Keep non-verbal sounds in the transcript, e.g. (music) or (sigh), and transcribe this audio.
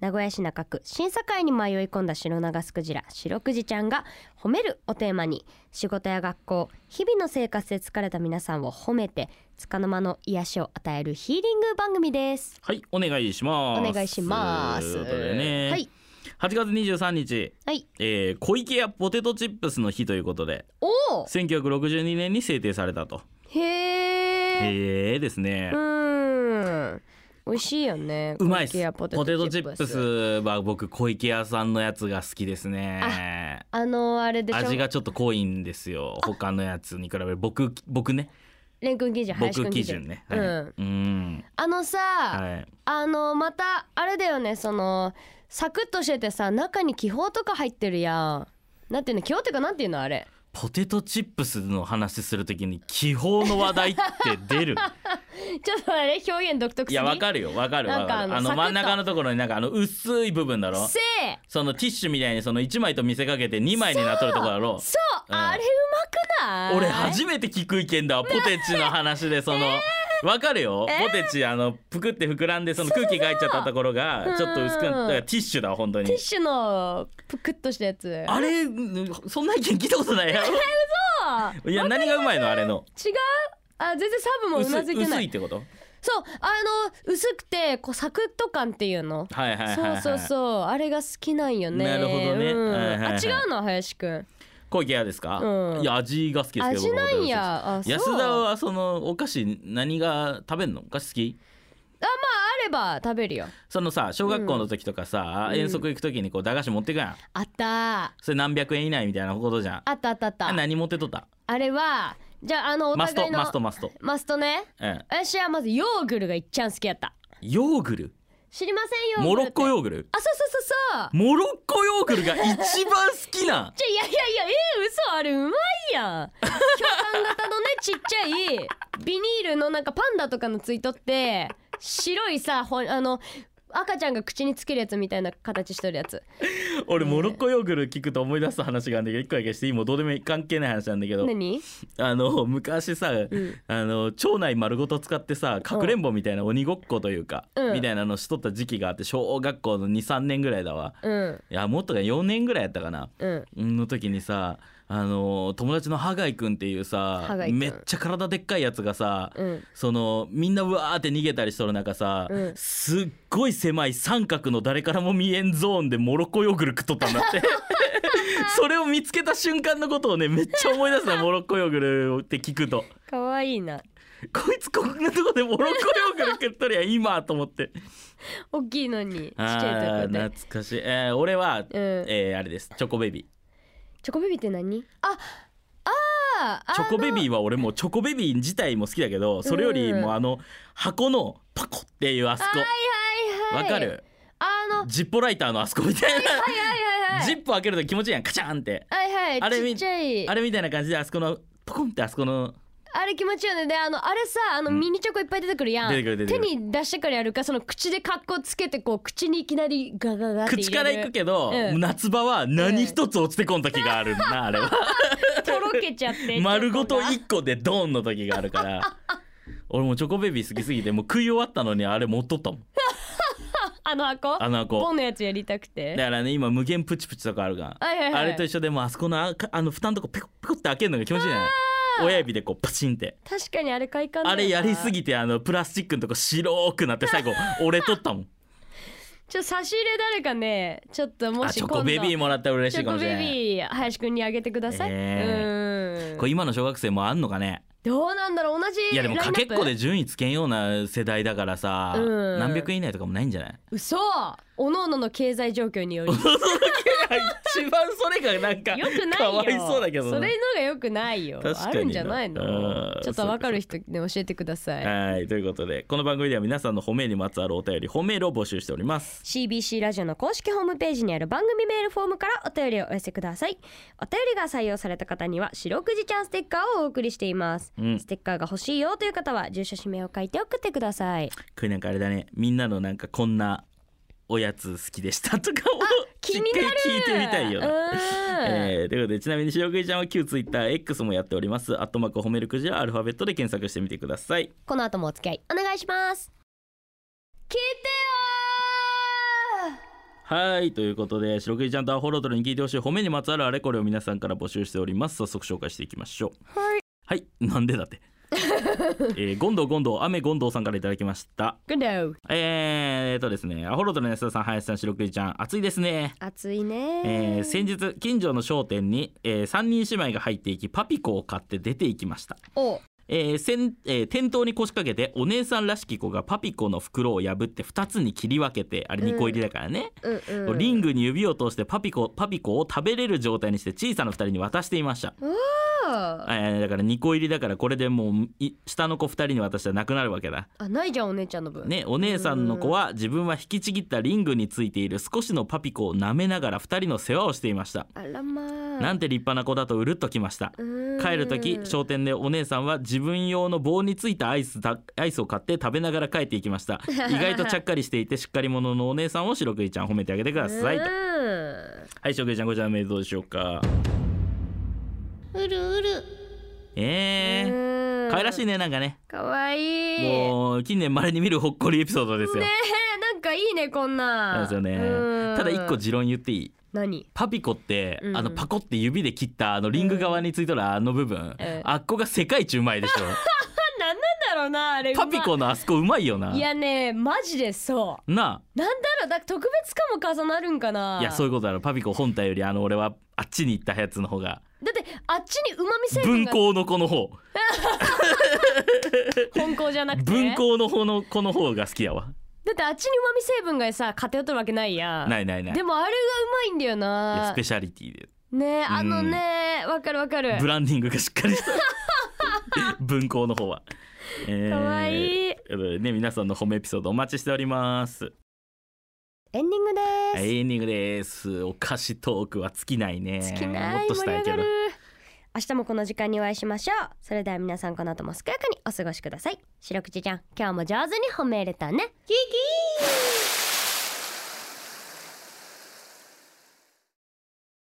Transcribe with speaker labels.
Speaker 1: 名古屋市中区審査会に迷い込んだ白長スクジラ白くじちゃんが「褒める」をテーマに仕事や学校日々の生活で疲れた皆さんを褒めて束の間の癒しを与えるヒーリング番組です
Speaker 2: はいお願いします
Speaker 1: お願いします
Speaker 2: ということでね、
Speaker 1: はい
Speaker 2: 8月23日、
Speaker 1: はい
Speaker 2: えー、小池屋ポテトチップスの日ということで
Speaker 1: おお
Speaker 2: 1962年に制定されたと
Speaker 1: へえ
Speaker 2: へえー、ですね、
Speaker 1: うーん美味しいよね
Speaker 2: うまいっ
Speaker 1: 小池
Speaker 2: す
Speaker 1: 屋
Speaker 2: ポテトチップスは僕小池屋さんのやつが好きですね
Speaker 1: あのあれでしょ
Speaker 2: 味がちょっと濃いんですよ他のやつに比べる僕僕ね
Speaker 1: レン君基準林
Speaker 2: 僕基
Speaker 1: 君基
Speaker 2: 準
Speaker 1: 準
Speaker 2: ね、
Speaker 1: う
Speaker 2: はい
Speaker 1: ん、
Speaker 2: うん
Speaker 1: あのさ、
Speaker 2: はい
Speaker 1: あのまたあれだよねそのサクッとしててさ中に気泡とか入ってるやんなんていうの気泡っていうかなんていうのあれ
Speaker 2: ポテトチップスの話するときに気泡の話題って出る
Speaker 1: (laughs) ちょっとあれ表現独特す
Speaker 2: い
Speaker 1: ぎ
Speaker 2: やわかるよわかるわかる
Speaker 1: なんかあの
Speaker 2: あの
Speaker 1: サクッと
Speaker 2: 真ん中のところになんかあの薄い部分だろ
Speaker 1: せー
Speaker 2: そのティッシュみたいにその1枚と見せかけて2枚になっとるところだろ
Speaker 1: そ
Speaker 2: う
Speaker 1: う、
Speaker 2: ん
Speaker 1: あれうまくない
Speaker 2: 俺初めて聞く意見だわポテチの話でその。わかるよ、ポテチあのぷくって膨らんでその空気が入っちゃったところが
Speaker 1: う
Speaker 2: ちょっと薄くなっ
Speaker 1: うん
Speaker 2: だからティッシュだわ本当
Speaker 1: ティ
Speaker 2: に
Speaker 1: ッシュのぷくっとしたやつ
Speaker 2: あれんそんな意見聞いたことないやろ
Speaker 1: あ
Speaker 2: いや何がうまいのあれの
Speaker 1: 違うあ全然サブもう
Speaker 2: 薄
Speaker 1: なずけない
Speaker 2: 薄い
Speaker 1: い
Speaker 2: ってこと
Speaker 1: そうあの薄くてこうサクッと感っていうの
Speaker 2: はいはいはい、
Speaker 1: そ
Speaker 2: は
Speaker 1: う
Speaker 2: い、
Speaker 1: そうそうあれが好きなんよね
Speaker 2: なるほどね
Speaker 1: うん
Speaker 2: はいはいはい
Speaker 1: あ違うの林くん
Speaker 2: 小池屋ですか、
Speaker 1: うん
Speaker 2: いや味が好きですけど
Speaker 1: 味
Speaker 2: 僕
Speaker 1: なんやあそう
Speaker 2: 安田はそのお菓子何が食べんのお菓子好き
Speaker 1: あれば食べるよ
Speaker 2: そのさ小学校の時とかさ、
Speaker 1: うん
Speaker 2: 遠足行く時にこう駄菓子持ってくやん
Speaker 1: あった
Speaker 2: それ何百円以内みたいなことじゃん
Speaker 1: あったあったあった
Speaker 2: あ何持ってとった
Speaker 1: あれはじゃああのお
Speaker 2: マス
Speaker 1: 互
Speaker 2: ト
Speaker 1: いの
Speaker 2: マストマスト、
Speaker 1: マストね
Speaker 2: うん、
Speaker 1: 私はまずヨーグルがいっちゃん好きやった
Speaker 2: ヨーグル
Speaker 1: 知りませんヨーグル
Speaker 2: モロッコ
Speaker 1: よ
Speaker 2: ヨーグル
Speaker 1: あそうそうそうそう
Speaker 2: モロッコヨーグルが一番好き
Speaker 1: (laughs)
Speaker 2: な
Speaker 1: じゃいやいやいやえー、嘘あれうまいやん巨漢
Speaker 2: (laughs)
Speaker 1: 型のねちっちゃいビニールのなんかパンダとかのついとって白いさほんあの赤ちゃんが口につけるやつみたいな形してるやつ
Speaker 2: 俺モロッコヨーグル聞くと思い出す話があるんだけど一個だけしていいもうどうでもいい関係ない話なんだけど
Speaker 1: 何
Speaker 2: あの (laughs) 昔さ、あの町内丸ごと使ってさかくれんぼみたいな鬼ごっこというか、
Speaker 1: うん
Speaker 2: みたいなのしとった時期があって小学校の23年ぐらいだわ
Speaker 1: うん
Speaker 2: いやもっとか4年ぐらいやったかな
Speaker 1: うん
Speaker 2: の時にさあの友達のハガイくんっていうさ
Speaker 1: ハガイくん
Speaker 2: めっちゃ体でっかいやつがさ、
Speaker 1: うん
Speaker 2: そのみんなうわーって逃げたりしとる中さ、
Speaker 1: うん
Speaker 2: すっごい狭い三角の誰からも見えんゾーンでモロッコヨーグル食っとったんだって
Speaker 1: (laughs)
Speaker 2: それを見つけた瞬間のことをねめっちゃ思い出す
Speaker 1: (laughs)
Speaker 2: のモロッコヨーグルって聞くと
Speaker 1: かわいいな
Speaker 2: こいつこんなとこでモロッコヨーグル食っとるやん今と思って
Speaker 1: 大きいのにちっちゃ
Speaker 2: あ
Speaker 1: い
Speaker 2: あ
Speaker 1: とこ
Speaker 2: ー
Speaker 1: で
Speaker 2: 懐かしい、えー俺は、
Speaker 1: うん
Speaker 2: えーあれですチョコベビ
Speaker 1: チョコベビーって何ああ
Speaker 2: ー
Speaker 1: あ
Speaker 2: チョコベビーは俺もうチョコベビー自体も好きだけどそれよりもあの箱のパコっていうあそこ
Speaker 1: ーはいはいは
Speaker 2: わ
Speaker 1: い
Speaker 2: かる
Speaker 1: あの
Speaker 2: ジッポライターのあそこみたいな
Speaker 1: はいはいはい
Speaker 2: ジップ開けると気持ちいいやんカチャンって
Speaker 1: はいはい
Speaker 2: あれみ
Speaker 1: ちっちゃい
Speaker 2: あれみたいな感じであそこのポコンってあそこの
Speaker 1: あれ気持ちいいよねであのあれさあの
Speaker 2: うん
Speaker 1: ミニチョコいっぱい出てくるやん、
Speaker 2: 出てくる出て
Speaker 1: 手
Speaker 2: くる
Speaker 1: に出してからやるかその口で格好つけてこう口にいきなりガガガって入れる
Speaker 2: 口から行くけど、
Speaker 1: うん
Speaker 2: 夏場は何一つ落ちてこん時があるんだ、
Speaker 1: (laughs)
Speaker 2: あれは
Speaker 1: とろけちゃって
Speaker 2: 丸ごと
Speaker 1: チョコが
Speaker 2: 1個でドーンの時があるから
Speaker 1: (laughs)
Speaker 2: 俺もうチョコベビー好きすぎてもう食い終わったのにあれ持っとったもん
Speaker 1: あの箱
Speaker 2: あの箱
Speaker 1: ボンのやつやりたく
Speaker 2: だ
Speaker 1: て
Speaker 2: からね今無限プチプチとかあるが、
Speaker 1: はいはいはい
Speaker 2: あれと一緒でもうあそこのあかあの蓋のとこペコペコって開けるのが気持ちいいじゃない親指でこうパチンって
Speaker 1: 確かにあれ快感だよ
Speaker 2: あ
Speaker 1: な
Speaker 2: れやりすぎてあのプラスチックのとこ白くなって
Speaker 1: (laughs)
Speaker 2: 最後折れとったもん
Speaker 1: ちょっと差し入れ誰かねちょっとも
Speaker 2: あ
Speaker 1: し
Speaker 2: チ
Speaker 1: 今
Speaker 2: ョ
Speaker 1: 度
Speaker 2: コベビーもらったら嬉しいかもしれない
Speaker 1: チョコベビー林くんにあげてください、
Speaker 2: え
Speaker 1: うん
Speaker 2: これ今の小学生もあんのかね
Speaker 1: どうなんだろう同じ
Speaker 2: いやでも
Speaker 1: ライ
Speaker 2: か
Speaker 1: ンナ
Speaker 2: け
Speaker 1: ッ
Speaker 2: っ
Speaker 1: プ
Speaker 2: こで順位つけんような世代だからさ、
Speaker 1: うん
Speaker 2: 何百円以内とかもないんじゃない
Speaker 1: 嘘おのおのの経済状況によりよ
Speaker 2: 一番それがなんか
Speaker 1: くないよ
Speaker 2: かわいそうだけど
Speaker 1: そ
Speaker 2: な
Speaker 1: れのがよくないよ
Speaker 2: 確かにな
Speaker 1: あるんじゃないの
Speaker 2: うん
Speaker 1: ちょっとわかる人ね教えてください
Speaker 2: はいということでこの番組では皆さんの褒めにまつわるお便り褒めるを募集しております
Speaker 1: CBC ラジオの公式ホームページにある番組メールフォームからお便りをお寄せくださいお便りが採用された方には白くじちゃんステッカーをお送りしていますます、
Speaker 2: うん
Speaker 1: ステッカーが欲しいよという方は住所氏名を書いて送ってくだ
Speaker 2: (laughs)
Speaker 1: さい
Speaker 2: これなんかあれだねみんなのなんかこんなおやつ好きでしたとかを
Speaker 1: 気になる
Speaker 2: 一回聞いてみたいよね
Speaker 1: うん
Speaker 2: (laughs) えーということでちなみに白くじちゃんは旧ツイッター X もやっておりますアットマーク褒めるくじはアルファベットで検索してみてください
Speaker 1: この後もお付き合いお願いします聞いてよ
Speaker 2: はいということで白くじちゃんとアホロトルに聞いてほしい褒めにまつわるあれこれを皆さんから募集しております早速紹介していきましょう
Speaker 1: はい
Speaker 2: はいなんでだって、えー、ゴンドウゴンドウ雨ゴンドウさんからいただきました
Speaker 1: グッド
Speaker 2: えー、とですねアホロトルの安田さん林さん白くじちゃん暑いですね
Speaker 1: 暑いね
Speaker 2: えー先日近所の商店に、え3人姉妹が入っていきパピコを買って出ていきました
Speaker 1: お
Speaker 2: えーせんえー店頭に腰掛けてお姉さんらしき子がパピコの袋を破って2つに切り分けてあれ2個入りだからね、
Speaker 1: うんうん
Speaker 2: リングに指を通してパピコパピコを食べれる状態にして小さな2人に渡していました、
Speaker 1: あ
Speaker 2: えーだから2個入りだからこれでもうい下の子2人に渡したらなくなるわけだ
Speaker 1: あないじゃんお姉ちゃんの分
Speaker 2: ねお姉さんの子は自分は引きちぎったリングについている少しのパピコを舐めながら2人の世話をしていました、
Speaker 1: あらまあ
Speaker 2: なんて立派な子だとうるっときました帰
Speaker 1: 帰
Speaker 2: る時商店でお姉さんは自分用の棒についたアイスだアイスを買って食べながら帰っていきました (laughs) 意外とちゃっかりしていてしっかり者のお姉さんを白くじちゃん褒めてあげてくださいとはい白くじちゃんこちらのメールどうでしょうか
Speaker 3: うるうる
Speaker 2: えー可愛らしいねなんかね
Speaker 1: かわいい
Speaker 2: もう近年まれに見るほっこりエピソードですよ
Speaker 1: ねえなんかいいねこんな
Speaker 2: なんですよね
Speaker 1: うん
Speaker 2: ただ一個持論言っていい
Speaker 1: 何
Speaker 2: パピコって、
Speaker 1: うん
Speaker 2: あのパコって指で切ったあのリング側についてるあの部分、
Speaker 1: ええ
Speaker 2: あっこが世界一うまいで
Speaker 1: (laughs)
Speaker 2: しょ
Speaker 1: なんなんだろうなあれ
Speaker 2: パピコのあそこうまいよない
Speaker 1: やねマジでそ
Speaker 2: なあ
Speaker 1: うなんだろうだ特別感も重なるんかない
Speaker 2: やそうい
Speaker 1: いう
Speaker 2: ことだろパピコ本体よりあの俺はあっちに行ったやつの方が
Speaker 1: うだってあっちにうまみ成分
Speaker 2: 文
Speaker 1: が
Speaker 2: 庫の子の方
Speaker 1: 本校じゃなくて
Speaker 2: 文庫の方の子の方が好きやわ
Speaker 1: だってあっちにうまみ成分がさ偏っとるわけないやん
Speaker 2: ないないない
Speaker 1: でもあれがうまいんだよ
Speaker 2: いや
Speaker 1: な
Speaker 2: スペシャリティで
Speaker 1: ねえあのねわかるわかる
Speaker 2: (laughs) ブランディングがしっかりした
Speaker 1: (laughs)
Speaker 2: 文庫の方は、え
Speaker 1: かわ
Speaker 2: い
Speaker 1: いい
Speaker 2: ね皆さんの褒めエピソードお待ちしております
Speaker 1: エンディングです、
Speaker 2: はいエンディングですお菓子トークは尽きないね
Speaker 1: 好きな
Speaker 2: も
Speaker 1: い
Speaker 2: っとし
Speaker 1: 盛り
Speaker 2: たい
Speaker 1: 上
Speaker 2: け
Speaker 1: が
Speaker 2: ど
Speaker 1: る明日もこの時間にお会いしましょうそれでは皆さんこの後も健やかにお過ごしください白口ちゃん今日も上手に褒めれたねキキ